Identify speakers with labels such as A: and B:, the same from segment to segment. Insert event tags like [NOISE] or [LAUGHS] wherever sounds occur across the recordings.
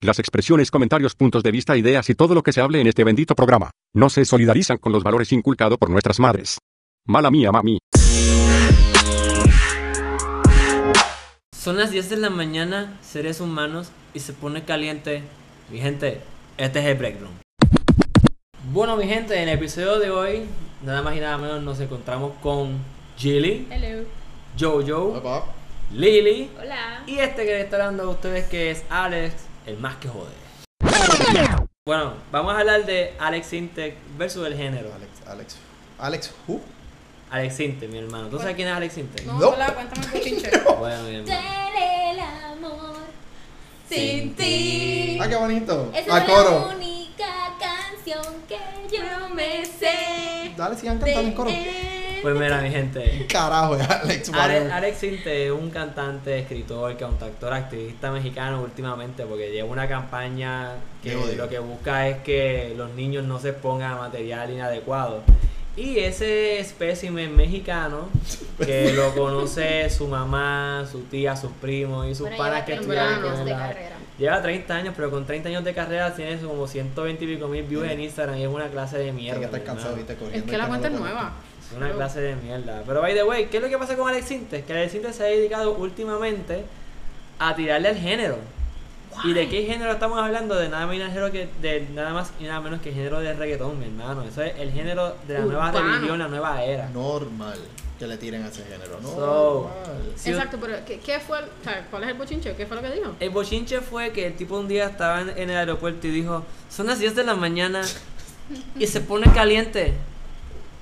A: Las expresiones, comentarios, puntos de vista, ideas y todo lo que se hable en este bendito programa, no se solidarizan con los valores inculcados por nuestras madres. Mala mía, mami.
B: Son las 10 de la mañana, seres humanos, y se pone caliente. Mi gente, este es el break room. Bueno, mi gente, en el episodio de hoy, nada más y nada menos nos encontramos con Jilly,
C: Hello.
B: Jojo, Lily
C: Hola.
B: y este que le está hablando a ustedes que es Alex, el más que jode. Bueno, vamos a hablar de Alex Intec versus el género.
D: Alex, Alex. Alex, who?
B: Alex Intec, mi hermano. ¿Tú sabes quién es Alex Intec?
C: No,
D: No.
C: hola, cuéntame
D: [LAUGHS]
C: el pinche.
B: Bueno, mi hermano.
E: Seré el amor sin
B: Sin
E: ti.
D: Ah, qué bonito.
E: Esa
D: A
E: es
D: coro.
E: la única canción que yo me sé.
D: Dale, sigan cantando en coro.
E: él.
B: Pues mira, mi gente.
D: [LAUGHS] Carajo, Alex.
B: Alex,
D: whatever.
B: Alex Sinte es un cantante, escritor, cantautor, activista mexicano últimamente porque lleva una campaña que
D: De odio.
B: lo que busca es que los niños no se pongan a material inadecuado. Y ese espécimen mexicano
D: [LAUGHS]
B: que lo conoce su mamá, su tía, sus primos y sus
E: Bueno,
B: panas
E: lleva
B: que
E: 30
B: estudiaron
E: años
B: con
E: de
B: él.
E: carrera.
B: Lleva 30 años, pero con 30 años de carrera tiene como 120 y pico mil views en Instagram y es una clase de mierda.
D: Tiene Mm. que estar
B: mi
D: cansado,
B: hermano.
D: viste, corriendo.
C: Es que la
D: no
C: cuenta es
D: lo
C: nueva.
D: conozco.
B: Es Una clase de mierda. Pero by the way, ¿qué es lo que pasa con Alex Sintes? Que Alex Sintes se ha dedicado últimamente a tirarle al género. ¿Y de qué género estamos hablando? De nada, más y nada menos que, de nada más y nada menos que el género de reggaetón, mi hermano. Eso es el género de la nueva
C: Urbano.
B: religión, la nueva era.
D: Normal que le tiren a ese género.
B: So.
D: Normal.
B: Si-
C: Exacto, pero ¿qué, qué fue? el- o sea, ¿Cuál es el bochinche? ¿Qué fue lo que dijo?
B: El bochinche fue que el tipo un día estaba en, en el aeropuerto y dijo, son las 10 de la mañana y se pone caliente.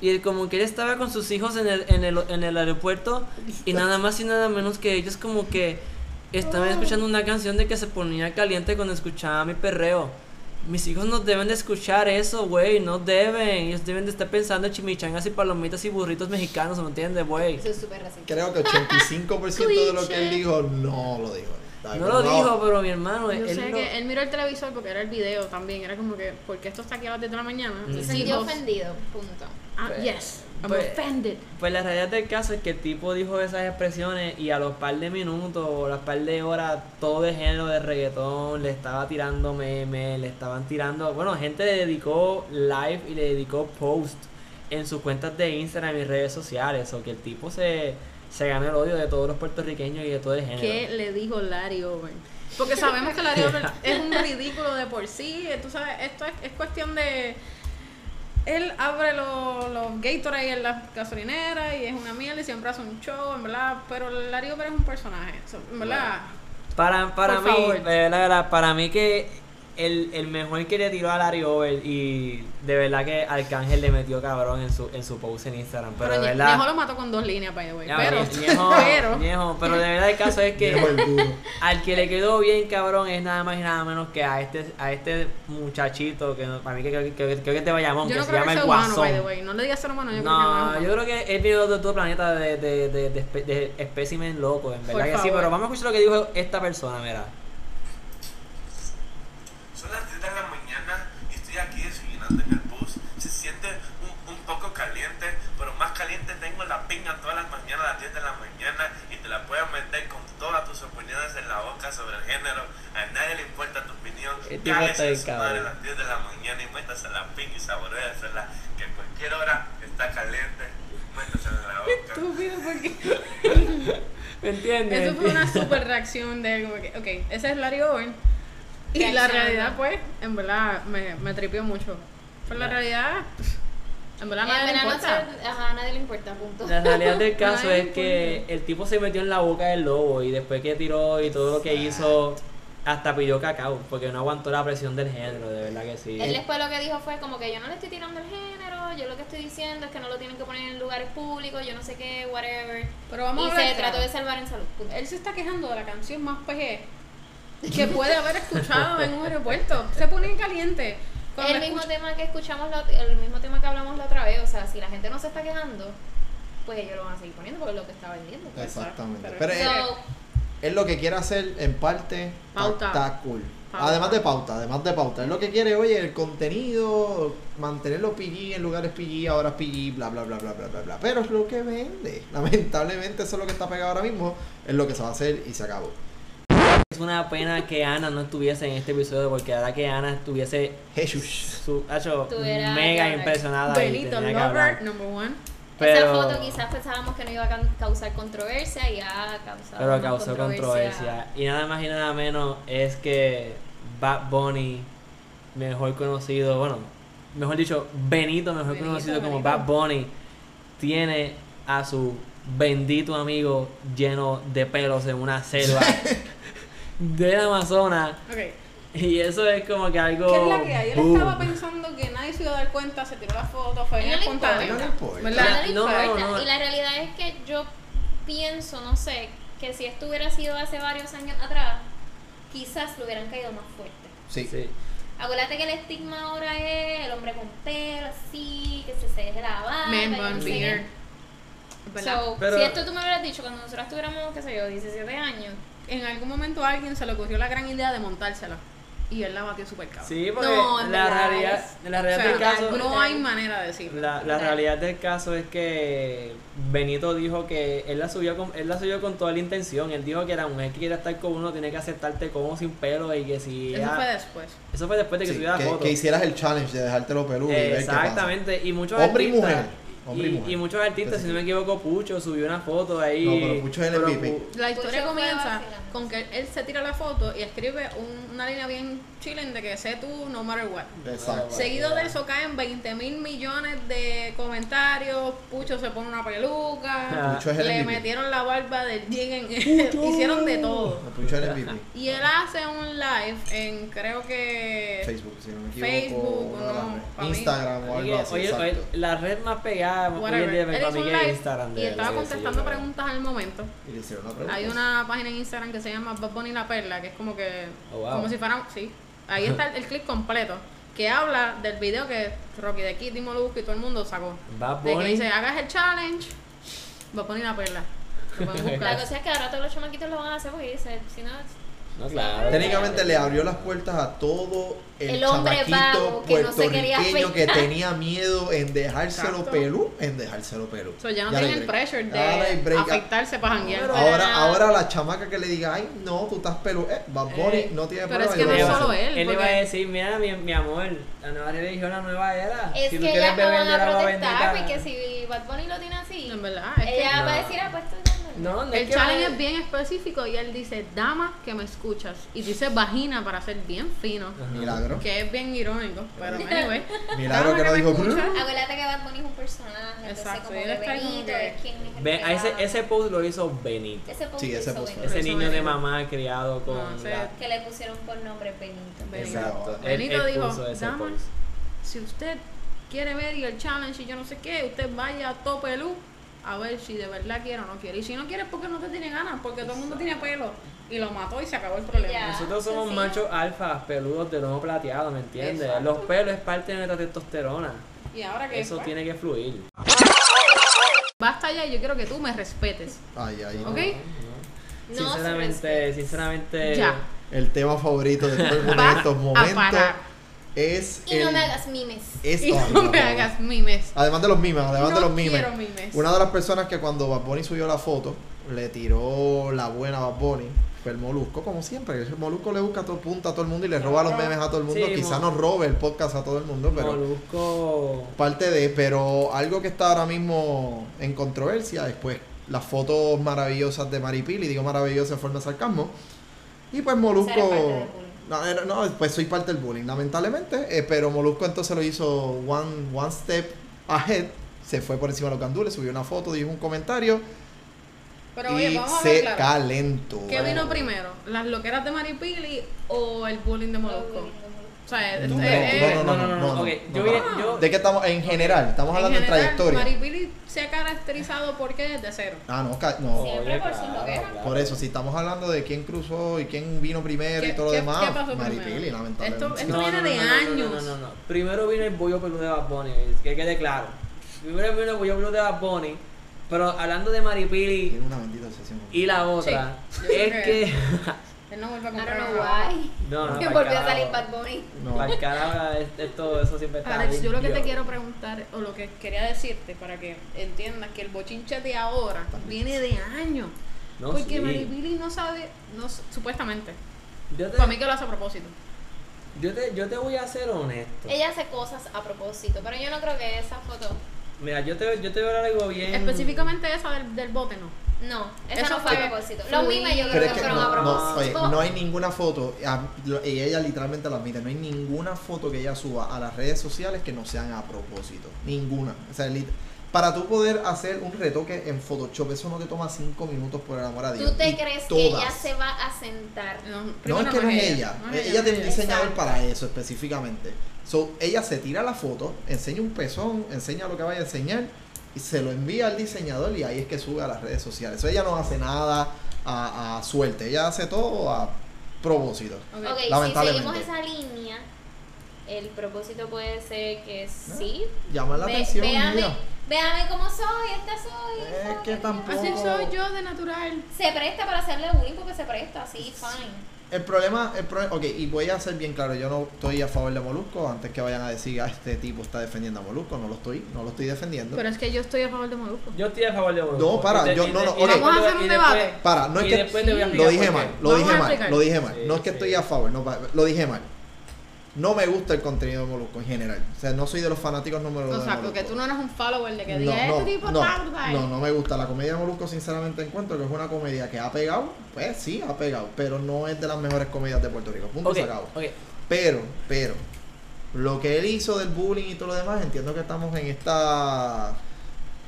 B: Y él como que él estaba con sus hijos en el, en el, en el aeropuerto y nada más y nada menos que ellos como que estaban escuchando una canción de que se ponía caliente cuando escuchaba mi perreo. Mis hijos no deben de escuchar eso, güey, no deben. Ellos deben de estar pensando en chimichangas y palomitas y burritos mexicanos, ¿me entiendes, güey?
E: Eso es súper racista.
D: Creo que 85% de lo que él dijo no lo dijo. Dale,
B: No
D: pero
B: lo dijo, pero mi hermano,
C: Yo
B: él
C: sé
B: lo-
C: que él miró el televisor porque era el video también. Era como que, ¿por qué esto está aquí a las 10 de la mañana?
B: Mm.
E: Se
C: Mis
E: sintió
C: hijos-
E: ofendido, punto.
C: Ah,
B: Pues-
C: yes. I'm
B: pues-
C: offended.
B: Pues la realidad del caso es que el tipo dijo esas expresiones y a los par de minutos o a las par de horas todo el género de reggaetón le estaba tirando memes, le estaban tirando... Bueno, gente le dedicó live y le dedicó post en sus cuentas de Instagram y redes sociales. O que el tipo se, se ganó el odio de todos los puertorriqueños y de todo el género.
C: ¿Qué le dijo Larry Over? Porque sabemos que Larry
B: [LAUGHS]
C: Over es un ridículo de por sí. Tú sabes, esto es, es cuestión de. Él abre los, los Gatorade en las gasolineras y es una mierda y siempre hace un show, en verdad. Pero Larry Over es un personaje, so, en verdad.
B: Para, para
C: Por
B: mí,
C: favor.
B: eh, la verdad, para mí que el, el mejor que le tiró a Larry Over y de verdad que Arcángel le metió cabrón en su, en su post en Instagram. Pero,
C: Pero
B: de
C: Ñe-
B: verdad...
C: Ñejo lo mató con dos líneas, by the way.
B: Ya,
C: pero, [LAUGHS]
B: Ñe- Ñejo,
C: pero,
B: Ñejo, pero de verdad el caso es
D: Dijo
B: que
D: el
B: [LAUGHS]
D: duro.
B: al que le quedó bien cabrón es nada más y nada menos que a este, a este muchachito que no- para mí que creo que, que, creo que te va a llamar,
C: yo
B: que
C: no
B: se
C: creo
B: llama
C: que
B: el
C: sea humano, by the
B: Guasón.
C: way. No le digas ser humano, yo
B: No, yo
C: creo que
B: creo que él vino de otro planeta de, de, de, de, espe- de espécimen loco, en verdad
C: Por
B: que sí,
C: favor.
B: pero vamos a escuchar lo que dijo esta persona, mira.
F: Son las 10 de la mañana y estoy aquí desayunando en el bus. Se siente un, un poco caliente, pero más caliente tengo la piña todas las mañanas a las 10 de la mañana y te la puedo meter con todas tus opiniones en la boca sobre el género. A nadie le importa tu opinión.
B: El tipo
F: Cállese
B: está bien
F: su madre a
B: cabrón.
F: las 10 de la mañana y métase la piña y saboreasela, que a cualquier hora está caliente. Métasela en la boca.
C: Estúpido, porque.
B: [LAUGHS] ¿Me entiendes?
C: Eso fue una super reacción de él, como que, ok, ese es Larry Owen. Y la
E: Reaccionando.
C: realidad, pues, en verdad, me, me tripió mucho. Pero la realidad, en verdad,
E: En
C: nada me
E: verano,
C: importa.
E: ser- ajá, a nadie le importa, punto.
B: La realidad
C: [LAUGHS]
B: del caso
C: Ay,
B: es que el tipo se metió en la boca del lobo y después que tiró y todo lo que hizo, hasta pidió cacao, porque no aguantó la presión del género, de verdad que sí.
E: Él después lo que dijo fue como que yo no le estoy tirando el género, yo lo que estoy diciendo es que no lo tienen que poner en lugares públicos, yo no sé qué, whatever.
C: Pero vamos
E: y
C: a
E: se
C: hablar
E: trató
C: claro.
E: de salvar en salud. punto.
C: Él se está quejando de la canción más PG que puede haber escuchado en un aeropuerto. Se pone en caliente. Cuando
E: el mismo
C: escucha-
E: tema que escuchamos, la- el mismo tema que hablamos la otra vez, o sea, si la gente no se está quejando, pues ellos lo van a seguir poniendo porque es lo que está vendiendo. pues,
D: Exactamente.
C: Pero-
D: Pero eh, él,
E: So,
D: él lo que quiere hacer en parte
C: Pauta.
D: está cool.
C: Pauta.
D: Además de pauta, además de pauta. Él lo que quiere, oye, el contenido, mantenerlo PG en lugares PG, ahora PG, bla, bla, bla, bla, bla, bla, bla. Pero es lo que [LAUGHS] vende. Lamentablemente eso es lo que está pegado ahora mismo, es lo que se va a hacer y se acabó.
B: Es una pena que Ana no estuviese en este episodio porque ahora que Ana estuviese
D: Jesús.
B: su, hacho,
E: Tuviera que
B: mega
E: hablar.
B: impresionada y
C: Benito
B: tenía que hablar.
C: Lover, number one.
E: Esa
B: Pero-
E: foto quizás pensábamos que no iba a can- causar controversia y ha causado
B: Pero
E: una
B: causó controversia. Y nada más y nada menos es que Bad Bunny, mejor conocido, bueno, mejor dicho, Benito, mejor
C: Benito,
B: conocido como
C: Benito.
B: Bad Bunny, tiene a su bendito amigo lleno de pelos en una
E: [LAUGHS]
B: selva del Amazonas.
C: Ok.
B: [LAUGHS] Y eso es como que algo.
C: ¿Qué es la que hay? Él
B: boom.
C: estaba pensando que nadie se iba a dar cuenta, se tiró la foto, fue
E: No le
C: espontáneo.
D: importa. No le importa.
C: ¿Verdad?
E: No, le
B: No,
E: importa.
B: no, no.
E: Y la realidad es que yo pienso, no sé, que si esto hubiera sido hace varios años atrás, quizás le hubieran caído más fuerte.
D: Sí.
B: Sí.
E: Acuérdate que el estigma ahora es el hombre con pelo así, que se se deje la barba. y
C: Man
E: no
C: bun
E: sé
C: beer.
E: qué.
C: ¿Verdad?
E: So,
B: Pero-
E: si esto tú me hubieras dicho cuando nosotros tuviéramos, qué sé yo, 17 años,
C: en algún momento a alguien se le ocurrió la gran idea de montársela. Y él la batió súper cabrón.
B: Sí, porque
E: No, en
B: la,
E: verdad
B: realidad, la
C: O
B: realidad
C: sea,
B: del caso.
C: no hay manera de decirlo.
B: La, la realidad del caso es que Benito dijo que él la subió con, él la subió con toda la intención. Él dijo que la mujer que quiere estar con uno tiene que aceptarte como sin pelo y que si
C: Eso
B: ella-
C: fue después.
B: Eso fue después de que
D: Sí,
B: subiera la
D: que,
B: foto.
D: que hicieras el challenge de dejártelo peludo y ver qué pasa.
B: Exactamente. Y muchos
D: Hombre y
B: artistas,
D: mujer. Hombre y mujer.
B: muchos artistas, si no me equivoco, Pucho subió una foto ahí.
D: No, pero Pucho es el
B: Pero
D: MVP.
B: Pu-
C: La historia
E: Pucho fue
C: comienza
E: vacilando.
C: con que él se tira la foto y escribe un- una línea bien chilling de que sé tú no matter what.
D: Exacto.
C: Seguido de eso caen 20 mil millones de comentarios. Pucho se pone una peluca.
B: Ah.
D: Pucho es el
C: le
D: MVP.
C: metieron la barba del Jin en- [LAUGHS] Hicieron de todo.
D: Pucho es el MVP.
C: Y él hace un live en, creo que.
D: Facebook, si no me equivoco.
C: Facebook,
D: una de las
C: no,
D: redes.
C: para mí.
D: Instagram
B: Así
D: o algo
B: que,
D: así.
B: oye,
D: exacto.
B: oye, la red más pegada hoy en
C: Whatever.
B: día
C: Él
B: para
C: hizo
B: mí
C: un
B: que es
C: live
B: Instagram. de
C: y
B: él,
C: estaba
B: sí, sí,
C: contestando
B: yo creo.
C: preguntas al momento.
D: Y le hicieron una pregunta.
C: Hay una página en Instagram que se llama Bad Bunny La Perla, que es como que.
B: Oh, wow.
C: Como si fuera. Sí. Ahí está el, el clip completo. Que habla del video que Rocky de Kitty, Molusco y todo el mundo sacó.
B: Bad
C: De que
B: Bunny.
C: dice: hagas el challenge, Bad Bunny La Perla. Lo pueden buscar.
E: la cosa es que ahora todos los chamaquitos lo van a hacer porque dicen, si no,
B: No, claro.
D: Técnicamente le abrió las puertas a todo el,
E: El hombre
D: chamaquito
E: vago que no se quería
D: puertorriqueño que
E: afeitar.
D: tenía miedo en dejárselo
C: Exacto.
D: pelú, en dejárselo pelú.
C: So, ya no
D: le
C: tienen el
D: break.
C: pressure
D: Ahora hay
C: de
D: break.
C: afectarse para janguear.
B: Pero-
D: Ahora, ahora la chamaca que le diga, ay, no, tú estás pelú, eh, Bad Bunny
B: Eh,
D: no tiene
C: pero es
D: pelo.
C: que
B: le
D: yo lo voy a
C: no
B: iba-
C: solo
D: hacer.
C: él,
B: Él le iba a
C: porque-
B: decir, mira, mi, mi amor, la nueva religión, la nueva era.
E: es
B: si tú
E: que
B: quieres
E: ellas no
B: beber
E: van
B: de
E: a
B: agua
E: protestar
B: bendita-
E: porque si Bad Bunny lo tiene así,
C: En verdad. Es que
E: ella va a
B: No.
E: decir, ah, pues esto ya no.
B: No, no es
C: El
B: que
C: challenge
B: va-
C: es bien específico y él dice, dama que me escuchas. Y dice vagina para ser bien fino.
D: Milagro.
C: Que es bien irónico, pero anyway.
E: [LAUGHS]
D: Milagro
C: Dama
D: que no
C: me
D: dijo,
C: escuchas.
E: Acuérdate que Bad Bunny es un personaje, entonces
C: Exacto,
E: como
C: él
E: que
C: está como
E: Benito
C: que-
E: es quien es el
B: Ve, a ese,
E: creador.
B: ese post lo hizo Benito.
E: Ese post
D: Sí,
E: que
D: ese
E: hizo
D: post fue-
B: Ese
E: Benito,
C: hizo
B: niño de
C: Benito.
B: mamá criado con.
C: No, ese-
B: la-
E: Que le pusieron por nombre Benito.
C: Benito.
B: Exacto. él-
C: Benito
B: él
C: dijo,
B: puso ese
C: "Damas,
B: post.
C: Si usted quiere ver y el challenge y yo no sé qué, usted vaya a Topelú a ver si de verdad quiere o no quiere. Y si no quiere es porque no te tiene ganas, porque todo el mundo tiene pelo. Y lo mató y se acabó el
E: Ya.
C: problema.
B: Nosotros somos
E: Sencillo.
B: machos alfas, peludos de lomo plateado, ¿me entiendes?
C: Exacto.
B: Los pelos es parte de nuestra testosterona.
C: Y ahora que
B: Eso
C: pues,
B: tiene que fluir.
C: basta ya, yo quiero que tú me respetes.
D: Ay, ay,
C: ¿Ok?
E: No se
B: Sinceramente,
E: respeta.
B: sinceramente.
C: Ya.
D: El tema favorito de todo el mundo en estos
C: a
D: momentos
C: parar.
D: es
E: Y no
D: el-
E: me hagas mimes.
D: es-
C: Y
D: ay,
C: no
D: por
C: me
D: favor.
C: hagas mimes.
D: Además de los mimes, además de
C: No
D: los mimes.
C: quiero mimes.
D: Una de las personas que cuando Bad Bunny subió la foto, le tiró la buena a Bad Bunny, fue el Molusco, como siempre. El Molusco le busca a todo punta a todo el mundo y le roba los memes a todo el mundo.
B: Sí,
D: Quizá
B: Mol-
D: nos robe el podcast a todo el mundo, pero
B: Molusco.
D: parte de. Pero algo que está ahora mismo en controversia es pues las fotos maravillosas de Maripili, digo maravillosas en forma de sarcasmo. Y
E: Ser
D: pues
E: parte del
D: Molusco.
E: bullying.
D: No, eh, no, pues soy parte del bullying, lamentablemente. eh, pero Molusco entonces lo hizo one, one step ahead. Se fue por encima de los candules, subió una foto, dijo un comentario
C: Pero
D: y
C: oye, vamos a
D: se
C: ver claro.
D: calentó.
C: ¿Qué vino primero? ¿Las loqueras de Maripili o el bullying de Molusco? O sea,
D: No,
C: este,
D: no, no, no, no, no,
B: ok,
D: no,
B: yo
D: no.
B: vine- yo-
D: ¿De qué estamos? En general, estamos
C: en
D: hablando
C: general,
D: de trayectoria.
C: Maripili se ha caracterizado porque desde cero.
D: Ah, no, ca- no.
E: Sí, Siempre por sus loqueras.
D: Por eso, si estamos hablando de quién cruzó y quién vino primero y todo lo demás,
C: qué pasó
D: Maripili,
C: primero?
D: lamentablemente.
C: Esto viene de años.
B: No, no, no, no. Primero vino el bollo peludo de Bad Bunny, que quede claro. Primero vino el bollo peludo de Bad Bunny, pero hablando de Maripili
D: Tiene una bendita obsesión.
B: y la otra,
C: Sí, yo
B: es
C: creo
B: que...
C: [LAUGHS] Él no vuelve a
E: I
C: comprar.
E: don't know
C: nada.
E: why.
B: no, no,
E: [LAUGHS] Que
B: pa'l
E: volvió a
B: carajo.
E: salir Bad Bunny.
D: No.
B: Pa'l carajo, es- es todo eso siempre está
C: Alex,
B: bien
C: yo lo que te
B: viejo.
C: quiero preguntar, o lo que quería decirte para que entiendas que el bochinche de ahora viene de años.
B: No,
C: Porque
B: sí.
C: Maribili no sabe, no, s- supuestamente.
B: Yo te,
C: Para mí que lo hace a propósito.
B: yo, te, yo te voy a ser honesto.
E: Ella hace cosas a propósito, pero yo no creo que esa foto.
B: Mira, yo te, yo te voy a hablar algo
D: Eh,
B: bien.
C: Específicamente esa del, del bote, no.
E: No, esa
C: Eso
E: no fue
C: fue
E: a propósito.
C: fluido.
E: Los memes yo creo
D: Pero
E: que,
D: es que
E: fueron a
D: no, no, oye,
E: propósito.
D: no hay ninguna foto, a- lo- y ella literalmente lo admite, no hay ninguna foto que ella suba a las redes sociales que no sean a propósito. Ninguna. O sea, lit- para tú poder hacer un retoque en Photoshop, eso no te toma cinco minutos por el amor a Dios.
E: ¿Tú te
D: Y
E: crees que
D: todas.
E: ella se va a sentar?
C: No,
D: No,
C: primero
D: es que no es ella.
C: no es
D: Ella tiene un
E: ella.
D: diseñador
E: Exacto.
D: para eso específicamente. So, ella se tira la foto, enseña un pezón, enseña lo que vaya a enseñar y se lo envía al diseñador y ahí es que sube a las redes sociales. So, ella no hace nada a, a suerte, ella hace todo a propósito.
C: Ok.
E: Ok, si
D: Lamentablemente.
E: seguimos esa línea, el propósito puede ser que sí.
D: Ah, Llama la
E: Ve-
D: atención.
E: véame,
D: mira.
E: véame cómo soy, esta soy.
D: Es
E: soy,
D: que
E: esta-
D: tampoco-
C: Así soy yo de natural.
E: Se presta para hacerle bullying porque se presta, así, fine.
D: El problema, el problema, ok, y voy a ser bien claro, yo no estoy a favor de Molusco, antes que vayan a decir, ah, este tipo está defendiendo a Molusco, no lo estoy, no lo estoy defendiendo.
C: Pero es que yo estoy a favor de Molusco.
B: Yo estoy a favor de Molusco.
D: No, para,
B: Y te-
D: yo-
B: y
D: no,
B: te-
D: no,
B: y
D: ok.
B: después-
C: Vamos a hacer
B: y
C: un
B: después-
C: debate.
D: Para, no es
B: y
D: que...
B: después le voy a
C: Sí.
D: Lo
B: explicar
D: dije
B: por qué.
D: mal, lo
C: Vamos
D: dije
C: a
D: mal,
C: explicar.
D: lo dije mal.
B: Sí,
D: no es que
B: sí.
D: estoy a favor, no, pa- lo dije mal. No me gusta el contenido de Molusco en general. O sea, no soy de los fanáticos número uno.
C: O
D: de
C: sea, porque
D: Molusco.
C: tú no eres un follower de que
D: No,
C: diga,
D: no,
C: este tipo
D: no,
C: está brutal".
D: no, no me gusta. La comedia de Molusco, sinceramente, encuentro que es una comedia que ha pegado. Pues sí, ha pegado. Pero no es de las mejores comedias de Puerto Rico. Punto
B: Ok,
D: se acabó.
B: ok.
D: Pero, pero, lo que él hizo del bullying y todo lo demás, entiendo que estamos en esta.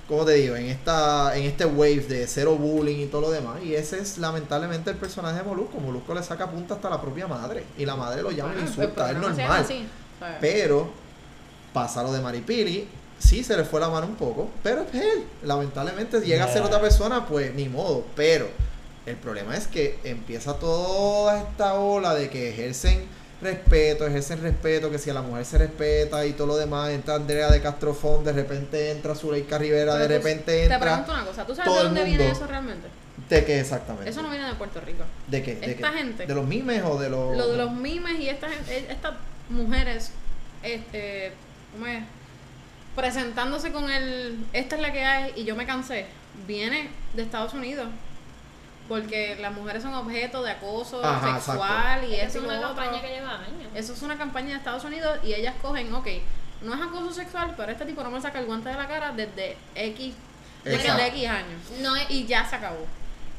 D: ¿Cómo te digo? En esta en este wave de cero bullying y todo lo demás. Y ese es lamentablemente el personaje de Molusco. Molusco le saca punta hasta la propia madre. Y la madre lo llama y
C: Ah,
D: le
C: pues,
D: insulta.
C: pero
D: Es
C: no seas
D: normal.
C: así, ¿sabes?
D: Pero pasa lo de Maripili. Sí, se le fue la mano un poco, pero es él. Lamentablemente, si llega a ser
B: Ya.
D: otra persona, pues ni modo. Pero el problema es que empieza toda esta ola de que ejercen respeto, ejercen respeto, que si a la mujer se respeta y todo lo demás, entra Andrea de Castrofón, de repente entra Zuleika Rivera, de
C: Pero tú-
D: repente
C: Te
D: entra...
C: pregunto una cosa, ¿tú sabes
D: todo
C: de
D: el
C: dónde viene
D: mundo.
C: eso realmente?
D: ¿De qué exactamente?
C: Eso no viene de Puerto Rico.
D: ¿De qué? ¿De
C: Esta
D: qué?
C: gente.
D: ¿De los mimes o de los...?
C: Lo de los mimes y estas e, estas mujeres este, ¿cómo es? presentándose con el esta es la que hay y yo me cansé. Viene de Estados Unidos. Porque las mujeres son objeto de acoso
D: Ajá,
C: sexual y
E: Esa
C: eso
E: es
C: y lo
E: una
C: otro.
E: campaña que lleva años.
C: Eso es una campaña de Estados Unidos y ellas cogen, ok, no es acoso sexual, pero este tipo no me saca el guante de la cara desde X, desde
D: Exacto.
C: X años.
E: No es-
C: Y ya se acabó.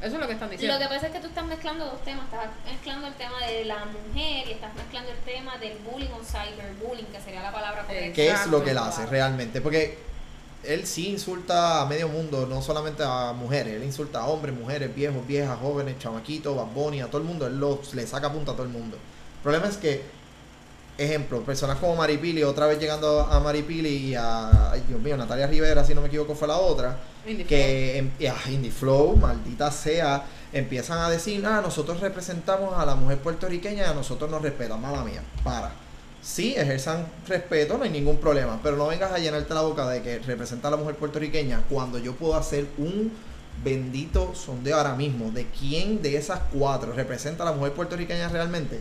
C: Eso es lo que están diciendo.
E: Lo que pasa es que tú estás mezclando dos temas. Estás mezclando el tema de la mujer y estás mezclando el tema del bullying o cyberbullying, que sería la palabra correcta.
D: qué es
C: Exacto.
D: lo que él hace realmente. Porque él sí insulta a medio mundo, no solamente a mujeres, él insulta a hombres, mujeres, viejos, viejas, jóvenes, chamaquitos, Bad Bunny, a todo el mundo, él lo- le saca punta a todo el mundo. El problema es que, ejemplo, personas como Maripili, otra vez llegando a Maripili y a, ay, Dios mío, Natalia Rivera, si no me equivoco, fue la otra,
C: Indie
D: que em- y a Indie Flow, maldita sea, empiezan a decir, ah, nosotros representamos a la mujer puertorriqueña, a nosotros nos respetan, mala mía, para. Sí, ejerzan respeto, no hay ningún problema, pero no vengas a llenarte la boca de que representa a la mujer puertorriqueña cuando yo puedo hacer un bendito sondeo ahora mismo de quién de esas cuatro representa a la mujer puertorriqueña realmente.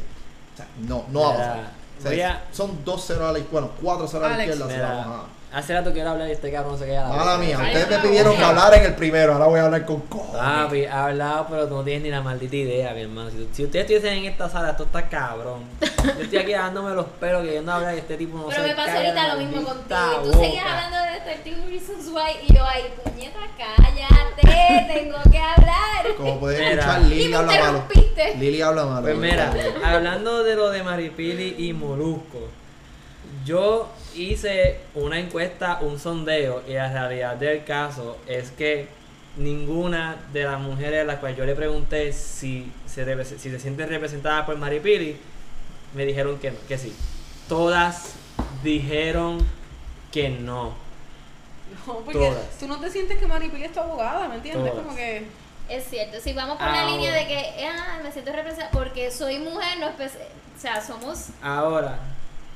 D: O sea, no, no va a
B: Mira,
D: pasar. O sea,
B: voy a-
D: Son dos cero a la izquierda, bueno, cuatro cero a la
C: Alex,
D: izquierda. se la vamos
B: Mira,
D: a-
B: hace rato quiero hablar y este cabrón no se queda.
D: Mala mía,
C: Ay,
D: ustedes me
C: la
D: pidieron que
C: boca.
D: hablara en el primero, ahora voy a hablar con cojones.
B: Papi, ha hablado, pero tú no tienes ni la maldita idea, mi hermano. Si, tú- si ustedes estuviesen en esta sala, tú estás cabrón. Yo estoy aquí dándome los pelos que yo no hablar y este tipo no
E: Pero
B: se
E: me pasó
B: calla la
E: ahorita lo mismo
B: maldita
E: contigo. Y tú seguías
B: boca.
E: hablando de 13 Reasons Why y yo ahí, puñeta, cállate,
B: [LAUGHS]
E: tengo que hablar.
D: Como pueden
B: Mira.
D: escuchar,
E: Y
D: Lili
E: me
D: habla malo.
E: interrumpiste.
D: Lili habla malo.
B: Pues mira, hablando de lo de Maripili y Molusco, yo hice una encuesta, un sondeo, y la realidad del caso es que ninguna de las mujeres a las cuales yo le pregunté si se, repre- si se sienten representadas por Maripili, me dijeron que no, que sí. Todas dijeron que no.
C: No, porque
B: Todas.
C: tú no te sientes que Maripili es tu abogada, ¿me entiendes?
B: Todas.
C: Como que.
E: Es cierto, si vamos por la
B: Ahora.
E: línea de que ah, me siento representada porque soy mujer, no espe- o sea, somos
B: Ahora,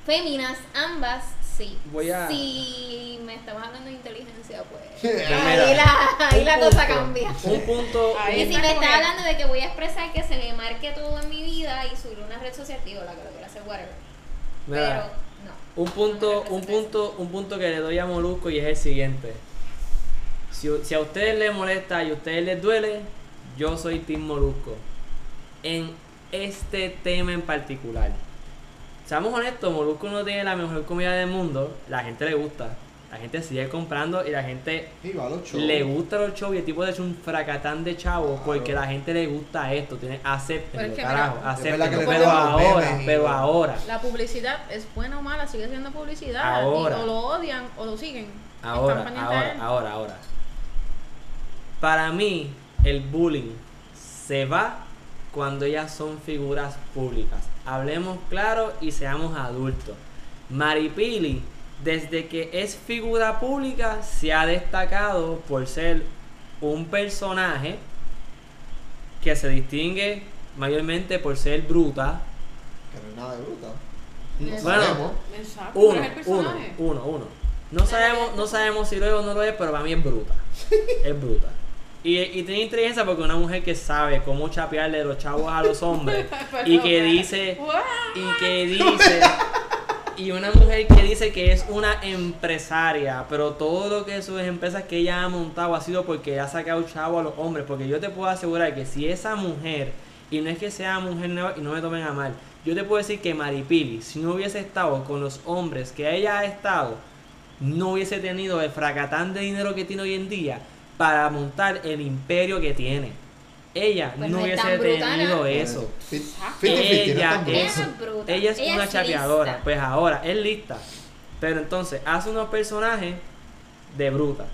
E: féminas, ambas, sí.
B: Voy a-
E: Si me estamos hablando de inteligencia,
B: [LAUGHS]
E: pues
D: Pues [LAUGHS]
E: ahí
B: mira,
E: la, ahí
B: un
E: la cosa
B: punto,
E: cambia.
B: Un punto,
C: Ahí
E: Y si
C: está
E: me
C: como
E: está
C: que-
E: hablando de que voy a expresar que se me marque todo en mi vida y subir una red social, digo, la que lo quiera hacer, whatever.
B: mira.
E: Pero no.
B: Un punto, un punto, un punto que le doy a Molusco y es el siguiente. Si, si a ustedes les molesta y a ustedes les duele, yo soy Team Molusco. En este tema en particular. Seamos honestos, Molusco no tiene la mejor comida del mundo. La gente le gusta. La gente sigue comprando y la gente
D: Y va a los shows.
B: le gusta los shows. Y el tipo es un fracatán de chavos
D: Claro.
B: porque la gente le gusta esto. Tiene,
C: Pero
B: acéptenlo,
C: es que
B: carajo.
C: mira,
D: es verdad que
B: Acéptenlo.
D: le
B: Pero
D: roban los
B: ahora,
D: memes y-
B: pero ahora.
C: La publicidad es buena o mala, sigue siendo publicidad. y
B: Ahora.
C: o lo odian o lo siguen.
B: Ahora,
C: Están pendientes
B: ahora,
C: a él.
B: ahora, ahora. Para mí, el bullying se va cuando ellas son figuras públicas. Hablemos claro y seamos adultos. Maripili, desde que es figura pública, se ha destacado por ser un personaje que se distingue mayormente por ser bruta.
D: Que no es nada de bruta.
C: Bueno,
D: No sabemos.
C: Exacto.
B: Uno,
C: pero es el
B: uno,
C: personaje.
B: uno, uno. No sabemos, no sabemos si lo es o no lo es, pero para mí es
C: [LAUGHS]
B: bruta. Es bruta. Y, y tiene inteligencia porque una mujer que sabe cómo chapearle los chavos a los
C: [LAUGHS]
B: hombres y que
C: Perdón.
B: dice,
C: Wow.
B: y que dice, y una mujer que dice que es una empresaria, pero todo lo que sus empresas que ella ha montado ha sido porque ha sacado chavo a los hombres, porque yo te puedo asegurar que si esa mujer, y no es que sea mujer nueva y no me tomen a mal, yo te puedo decir que Maripili, si no hubiese estado con los hombres que ella ha estado, no hubiese tenido el fracatán de dinero que tiene hoy en día para montar el imperio que tiene. Ella
E: Pues
B: no,
E: no es
B: hubiese
E: tan brutal,
B: tenido
E: ¿ah?
B: pues eso.
D: Fit- fit and fit,
B: Ella
D: no tan
E: Ella
B: es-
D: grueso.
E: es bruta.
B: Ella es una
E: es
B: chapeadora.
E: lista.
B: Pues ahora, es lista. Pero entonces, hace unos personajes de bruta.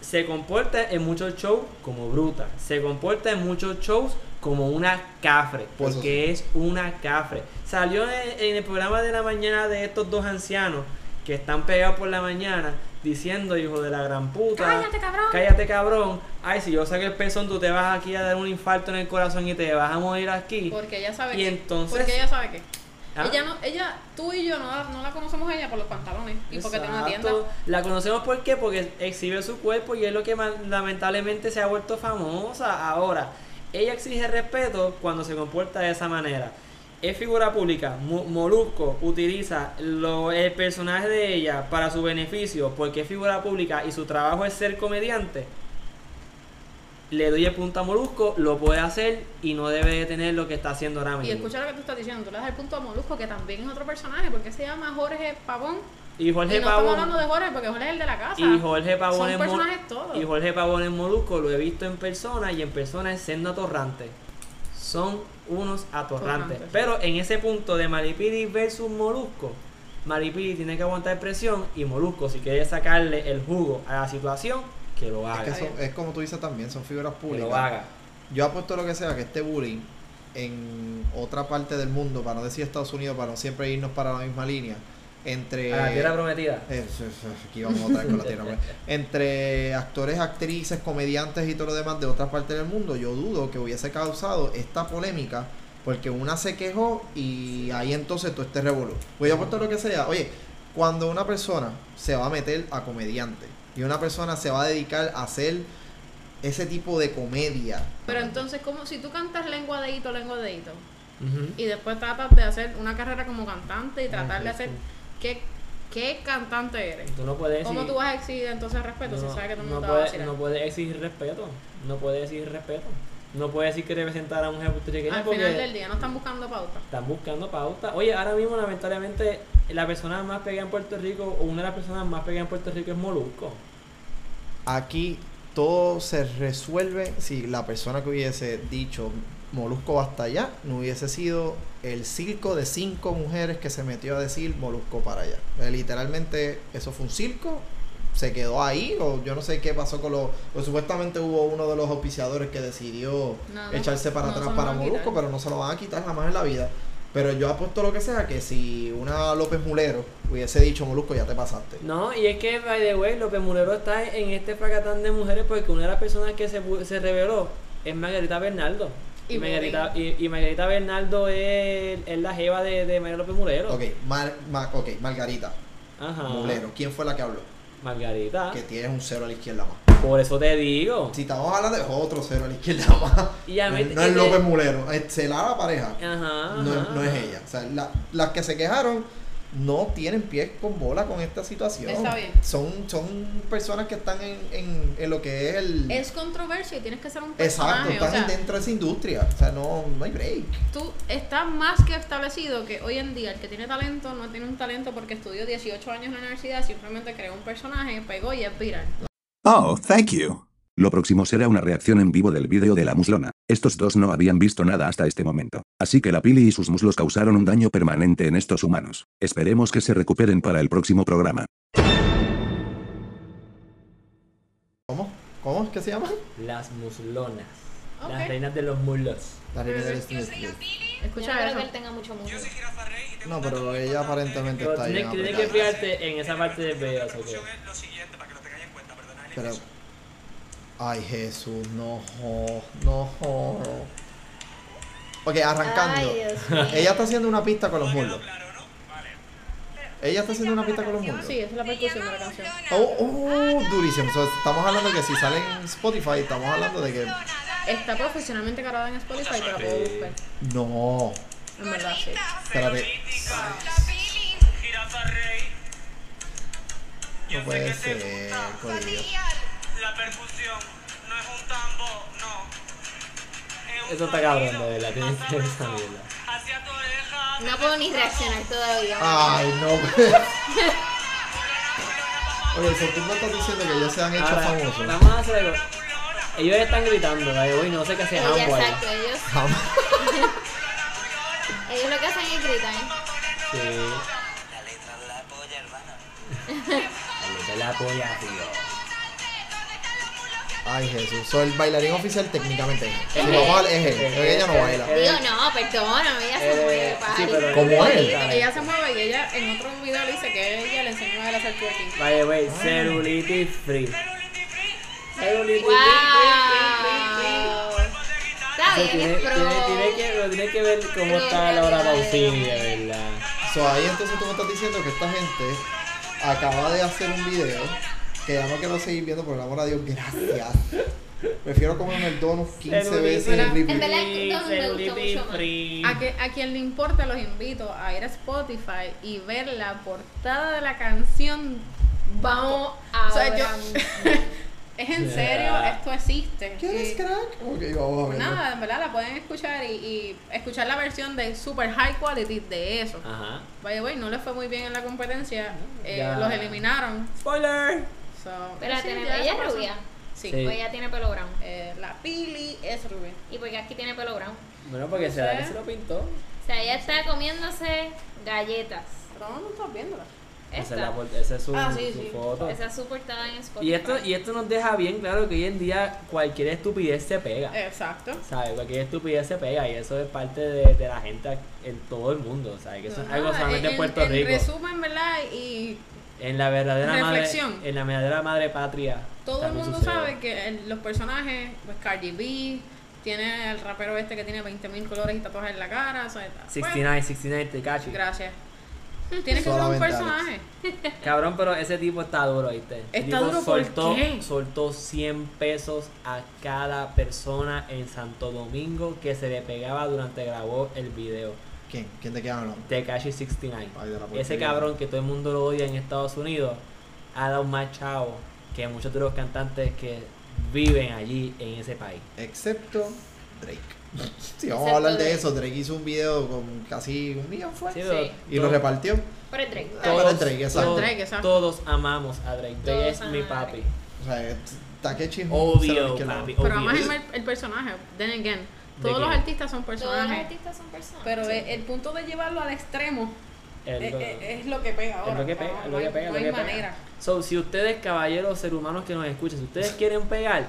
B: Se comporta en muchos shows como bruta. Se comporta en muchos shows como una cafre. Porque es una cafre. Salió en, en el programa de la mañana de estos dos ancianos que están pegados por la mañana diciendo, hijo de la gran puta.
E: Cállate, cabrón.
B: Cállate, cabrón. Ay, si yo saqué el pezón, tú te vas aquí a dar un infarto en el corazón y te vas a morir aquí.
C: Porque ella sabe
B: Y
C: que.
B: entonces-
C: Porque ella sabe que.
B: Ah.
C: Ella no, ella, tú y yo no, la- no la conocemos a ella por los pantalones y porque tiene una tienda.
B: Exacto. La conocemos por qué? porque exhibe su cuerpo y es lo que ma- lamentablemente se ha vuelto famosa ahora. Ella exige respeto cuando se comporta de esa manera. Es figura pública. Mo- Molusco utiliza lo- el personaje de ella para su beneficio porque es figura pública y su trabajo es ser comediante. Le doy el punto a Molusco, lo puede hacer y no debe de tener lo que está haciendo ahora mismo.
C: Y escucha lo que tú estás diciendo, tú le das el punto a Molusco, que también es otro personaje, porque se llama Jorge Pavón.
B: Y Jorge
C: y no
B: Pavón-
C: estamos hablando de Jorge, porque Jorge es el de la casa.
B: Y Jorge Pavón
C: Son
B: en
C: personajes todos.
B: Y Jorge Pavón en Molusco lo he visto en persona y en persona es siendo atorrante. Son unos atorrantes.
C: Atorrantes.
B: Pero en ese punto de Maripiri versus Molusco, Maripiri tiene que aguantar presión y Molusco, si quiere sacarle el jugo a la situación, que lo haga.
D: Es,
B: que
D: que son- es como tú dices también, son figuras públicas.
B: lo haga.
D: Yo apuesto lo que sea que este bullying en otra parte del mundo, para no decir Estados Unidos, para no siempre irnos para la misma línea, entre
B: A la tierra prometida.
D: Eh, sí, sí, aquí vamos otra vez con la tierra, hombre. Entre actores, actrices, comediantes y todo lo demás de otras partes del mundo, yo dudo que hubiese causado esta polémica porque una se quejó y ahí entonces todo este revolú. Voy a aportar lo que sea. Oye, cuando una persona se va a meter a comediante y una persona se va a dedicar a hacer ese tipo de comedia,
C: Pero entonces, como si tú cantas lengua de hito, lengua de hito,
B: Ujú.
C: y después tratas de hacer una carrera como cantante y tratar de
B: Ujú.
C: hacer qué, qué cantante eres.
B: Tú no puedes
C: ¿Cómo
B: decir-
C: tú vas a exigir entonces respeto si
B: No,
C: sabes que todo el
B: no
C: mundo te va a
B: puede,
C: vacilar?
B: no puede exigir respeto. No puede exigir respeto. No puede decir que representar a un jefe puertorriqueño
C: Al
B: porque
C: final del día no están buscando pauta.
B: están buscando pauta. Oye, ahora mismo lamentablemente la persona más pegada en Puerto Rico o una de las personas más pegadas en Puerto Rico es Molusco.
D: aquí todo se resuelve si la persona que hubiese dicho Molusco hasta allá no hubiese sido el circo de cinco mujeres que se metió a decir Molusco para allá. Eh, Literalmente eso fue un circo, se quedó ahí o yo no sé qué pasó con los... o supuestamente hubo uno de los auspiciadores que decidió
C: No, no,
D: echarse para
C: no se
D: atrás
C: lo
D: para
C: van a quitar.
D: Molusco, pero no se lo van a quitar jamás en la vida. Pero yo apuesto lo que sea que si una López Mulero hubiese dicho Molusco ya te pasaste.
B: No, y es que, by the way, López Murero está en este fracatán de mujeres porque una de las personas que se, pu- se reveló es Margarita Bernardo. Y,
C: Y
B: Margarita, y, y Margarita Bernardo es, es la jeva de, de María López Murero.
D: Ok, Mar- Mar- ok, Margarita.
B: Ajá. Ah.
D: Mulero, ¿quién fue la que habló?
B: Margarita.
D: Que tienes un cero a la izquierda más.
B: Por eso te digo.
D: Si estamos hablando de otro cero a la izquierda [LAUGHS] más.
B: Y a
D: no,
B: mí-
D: no es
B: y-
D: López Mulero, es Celara la pareja.
B: Ajá.
D: No, es-
B: ajá.
D: no es ella. O sea, la- las que se quejaron no tienen pies con bola con esta situación.
C: Está bien.
D: Son, son personas que están en, en, en lo que es el...
C: Es controversia y tienes que ser un
D: Exacto,
C: personaje.
D: están
C: o sea,
D: dentro de esa industria. O sea, no, no hay break.
C: tú estás más que establecido que hoy en día el que tiene talento no tiene un talento porque estudió 18 años en la universidad, simplemente creó un personaje, pegó y es viral.
G: Oh, thank you.
H: Lo próximo será una reacción en vivo del vídeo de la muslona. Estos dos no habían visto nada hasta este momento. Así que la pili y sus muslos causaron un daño permanente en estos humanos. Esperemos que se recuperen para el próximo programa.
D: ¿Cómo? ¿Cómo es que se llama?
B: Las muslonas.
C: Ok.
B: Las reinas de los mulos.
D: La reina del
E: Yo
D: strip
E: soy la
D: club.
E: Pili. Yo
C: Escucha
E: no creo
C: eso.
E: que él tenga mucho mundo.
F: Jirafa Rey y tengo
D: No,
F: un
D: pero
F: dato muy
D: ella
F: importante
D: aparentemente
F: que
B: Pero
D: está
B: tienes,
D: bien
B: tienes que
D: apretado.
B: fijarte en esa parte de
F: La
B: bellas,
F: conclusión
B: ok.
F: es eh, lo siguiente, para que lo tengáis en cuenta, perdonad la
D: Pero-
F: inversión.
D: Ay, Jesús, no, jo- no. jo. Ok, arrancando.
E: Ay, Dios mío.
D: Ella está haciendo una pista con los muslos.
F: Claro, ¿no? Vale.
D: Ella está haciendo una pista con los muslos.
C: Sí, esa es la percusión de la canción.
D: Oh, oh, durísimo. O sea, estamos hablando de que si sale en Spotify, estamos hablando de que.
C: Está profesionalmente grabada en Spotify, te la puedo buscar.
D: No.
C: En verdad, sí.
D: Espérate.
F: Jirafa Rey. Yo
D: No
F: sé
D: puede
F: que te
D: ser,
F: gusta
D: corillo.
F: la percusión, no es un tambo, no. Es un
B: Eso está
F: sonido
B: cabrón, la verdad, tienes que ver [LAUGHS] esa mierda.
F: Hacia tu oreja.
E: No puedo ni reaccionar todavía.
C: Ah,
D: Ay, no. [LAUGHS] Oye, ¿por qué me estás diciendo que ellos se han hecho
B: Ahora,
D: famosos?
B: vamos a hacer algo. Ellos están gritando, ¿vale? Uy, no sé qué hace
E: Ella,
B: Ambo ahí.
E: exacto, ellos,
D: Jamás.
E: ellos lo que hacen es gritar.
B: Sí. [LAUGHS] Eh, La letra de la polla, hermano.
D: Ay, Jesús. Soy el bailarín oficial técnicamente. Si vamos al eje, creo que ella no baila.
E: Digo, no, perdóname, ella se
B: Eh,
E: mueve,
B: sí, pero-
E: pari.
D: Como él.
C: Ella se mueve y ella en otro video le dice que ella le enseñó a él a hacer twerking.
B: Vaya, wey, celulitis free. Celulitis
E: Wow.
B: free.
E: Está
B: Tiene,
E: bien, es
B: tiene,
E: pro.
B: tiene que, lo tiene que ver cómo está la hora Pausini, de verdad.
D: So, ahí entonces tú me estás diciendo que esta gente acaba de hacer un video que ya no quiero seguir viendo, por el amor a Dios, gracias. Prefiero comerme el donut 15
B: Celulitis.
D: veces el
E: En
D: repeat.
E: verdad, el don me gustó
B: Celulitis
E: mucho más. Ah.
B: free.
C: A, que- a quien le importa, los invito a ir a Spotify y ver la portada de la canción. Vamos
E: Ahora
C: O sea, yo- [LAUGHS]
E: mismo.
C: es en serio,
B: Yeah.
C: esto existe.
D: ¿Quieres
C: Y-
D: crack? Ok, vamos a ver.
C: pues nada, en verdad la pueden escuchar y, y escuchar la versión de super high quality de eso.
B: Ajá.
C: By the way, no les fue muy bien en la competencia, eh,
B: Ya.
C: los eliminaron.
B: Spoiler.
C: So,
E: Pero la
C: sí,
E: tenemos-
C: ya
E: ella
C: eso
E: es
C: pasó.
E: rubia.
C: Sí. pues,
B: Sí.
E: O ella tiene pelo brown.
C: Eh, la Pili es rubia.
E: Y porque aquí tiene pelo brown.
B: Bueno, porque
C: No
B: será
C: sé.
B: que se lo pintó.
E: O sea, ella está comiéndose galletas.
C: Pero no estás viéndola.
B: Esa es, la,
E: Esta.
B: por- esa es su,
C: Ah, sí,
B: su
C: sí.
B: foto.
E: Esa es su portada en Spotify.
B: Y esto, y esto nos deja bien claro que hoy en día cualquier estupidez se pega.
C: Eh. Exacto.
B: ¿Sabes? Cualquier estupidez se pega y eso es parte de, de la gente en todo el mundo. ¿Sabes? Que eso es
C: No,
B: algo
C: nada,
B: solamente en
C: en-
B: Puerto
C: en
B: Rico.
C: resumen, ¿verdad? Y
B: En la verdadera
C: Reflexión.
B: madre, en la verdadera madre patria.
C: Todo el
B: también
C: mundo
B: sucede.
C: sabe que el- los personajes, pues Cardi B, tiene el rapero este que tiene 20.000 colores y tatuajes en la cara, o sea, está- pues,
B: 69, 69 Tekashi.
C: gracias. Tiene que ser un
D: Solamente
C: personaje.
B: Cabrón, pero ese tipo está duro, ¿viste?
C: Está
B: tipo
C: duro, ¿por
B: soltó,
C: qué?
B: soltó 100 pesos a cada persona en Santo Domingo que se le pegaba durante grabó el video.
D: ¿Quién? ¿Quién te queda hablando?
B: Tekashi 69.
D: Ay, de la
B: Ese
D: porquería.
B: cabrón que todo el mundo lo odia en Estados Unidos ha dado más chavo que muchos de los cantantes que viven allí en ese país.
D: Excepto Drake. [LAUGHS] Si vamos
E: Excepto
D: a hablar de
E: Drake.
D: eso, Drake hizo un video con casi un millón fue.
B: Sí,
E: Sí.
B: pero
D: Y lo
B: todo-
D: repartió.
E: Pero es Drake.
D: Todo.
B: todos,
D: Por Drake, exacto.
B: todos-
C: Por Drake, exacto.
B: todos amamos a Drake. Drake
E: Todos
B: es mi
E: aman a
B: papi.
E: Drake.
D: O sea, Takechi es un cero a la
B: Obvio,
D: izquierda.
B: papi.
C: Pero
B: obvio.
C: además el, el personaje, then again,
B: ¿De
C: todos
B: qué?
C: los artistas son
E: Todos los
C: personajes.
E: artistas son personas.
C: Pero
E: Sí.
C: el, el punto de llevarlo al extremo
B: El-
C: es, es- es lo que pega ahora.
B: Es lo que pega,
C: no,
B: es
C: no
B: lo que
C: hay-
B: pega, es
C: no
B: lo
C: hay
B: que pega.
C: manera.
B: So, si ustedes, caballeros, seres humanos que nos escuchan, si ustedes quieren pegar,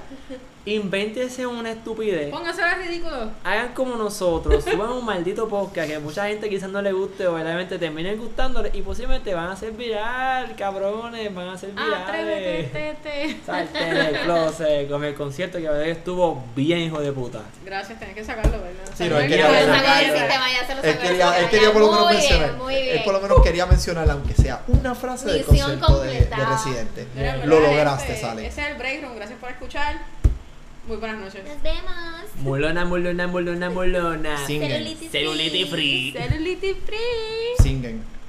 B: invéntense una estupidez.
C: Pónganse a ridículo.
B: Hagan como nosotros, suban un maldito podcast que mucha gente quizás no le guste o realmente terminen gustándole y posiblemente van a ser viral, cabrones, van a ser
C: Ah, Atrévete,
B: virales.
C: te, te.
B: Salten del closet con el concierto que hoy estuvo bien hijo de puta.
C: Gracias, tenés que sacarlo, ¿verdad?
D: Sí, no,
C: Sacarlo
E: Ya
D: él quería
E: se
C: del
E: lo
D: verlo.
E: sacó
C: sistema.
E: del sistema, ya se lo sacó
D: Él
E: del
D: quería, él
E: sistema.
D: quería por lo menos
E: Muy bien,
D: mencionar.
E: muy
D: Él
E: bien.
D: por lo menos quería mencionar, aunque sea una frase del
E: Misión
D: concepto de, de
E: completada.
D: Residente.
C: Pero en
D: Lo
C: verdad,
D: lograste,
C: ese-
D: Sale.
C: Ese es el break room. Gracias por escuchar. Muy buenas noches.
E: Nos vemos.
B: Mulona, mulona, mulona, mulona.
D: Singen.
E: Celulitis free.
B: Celulitis free.
C: Celulitis free.
D: Singen.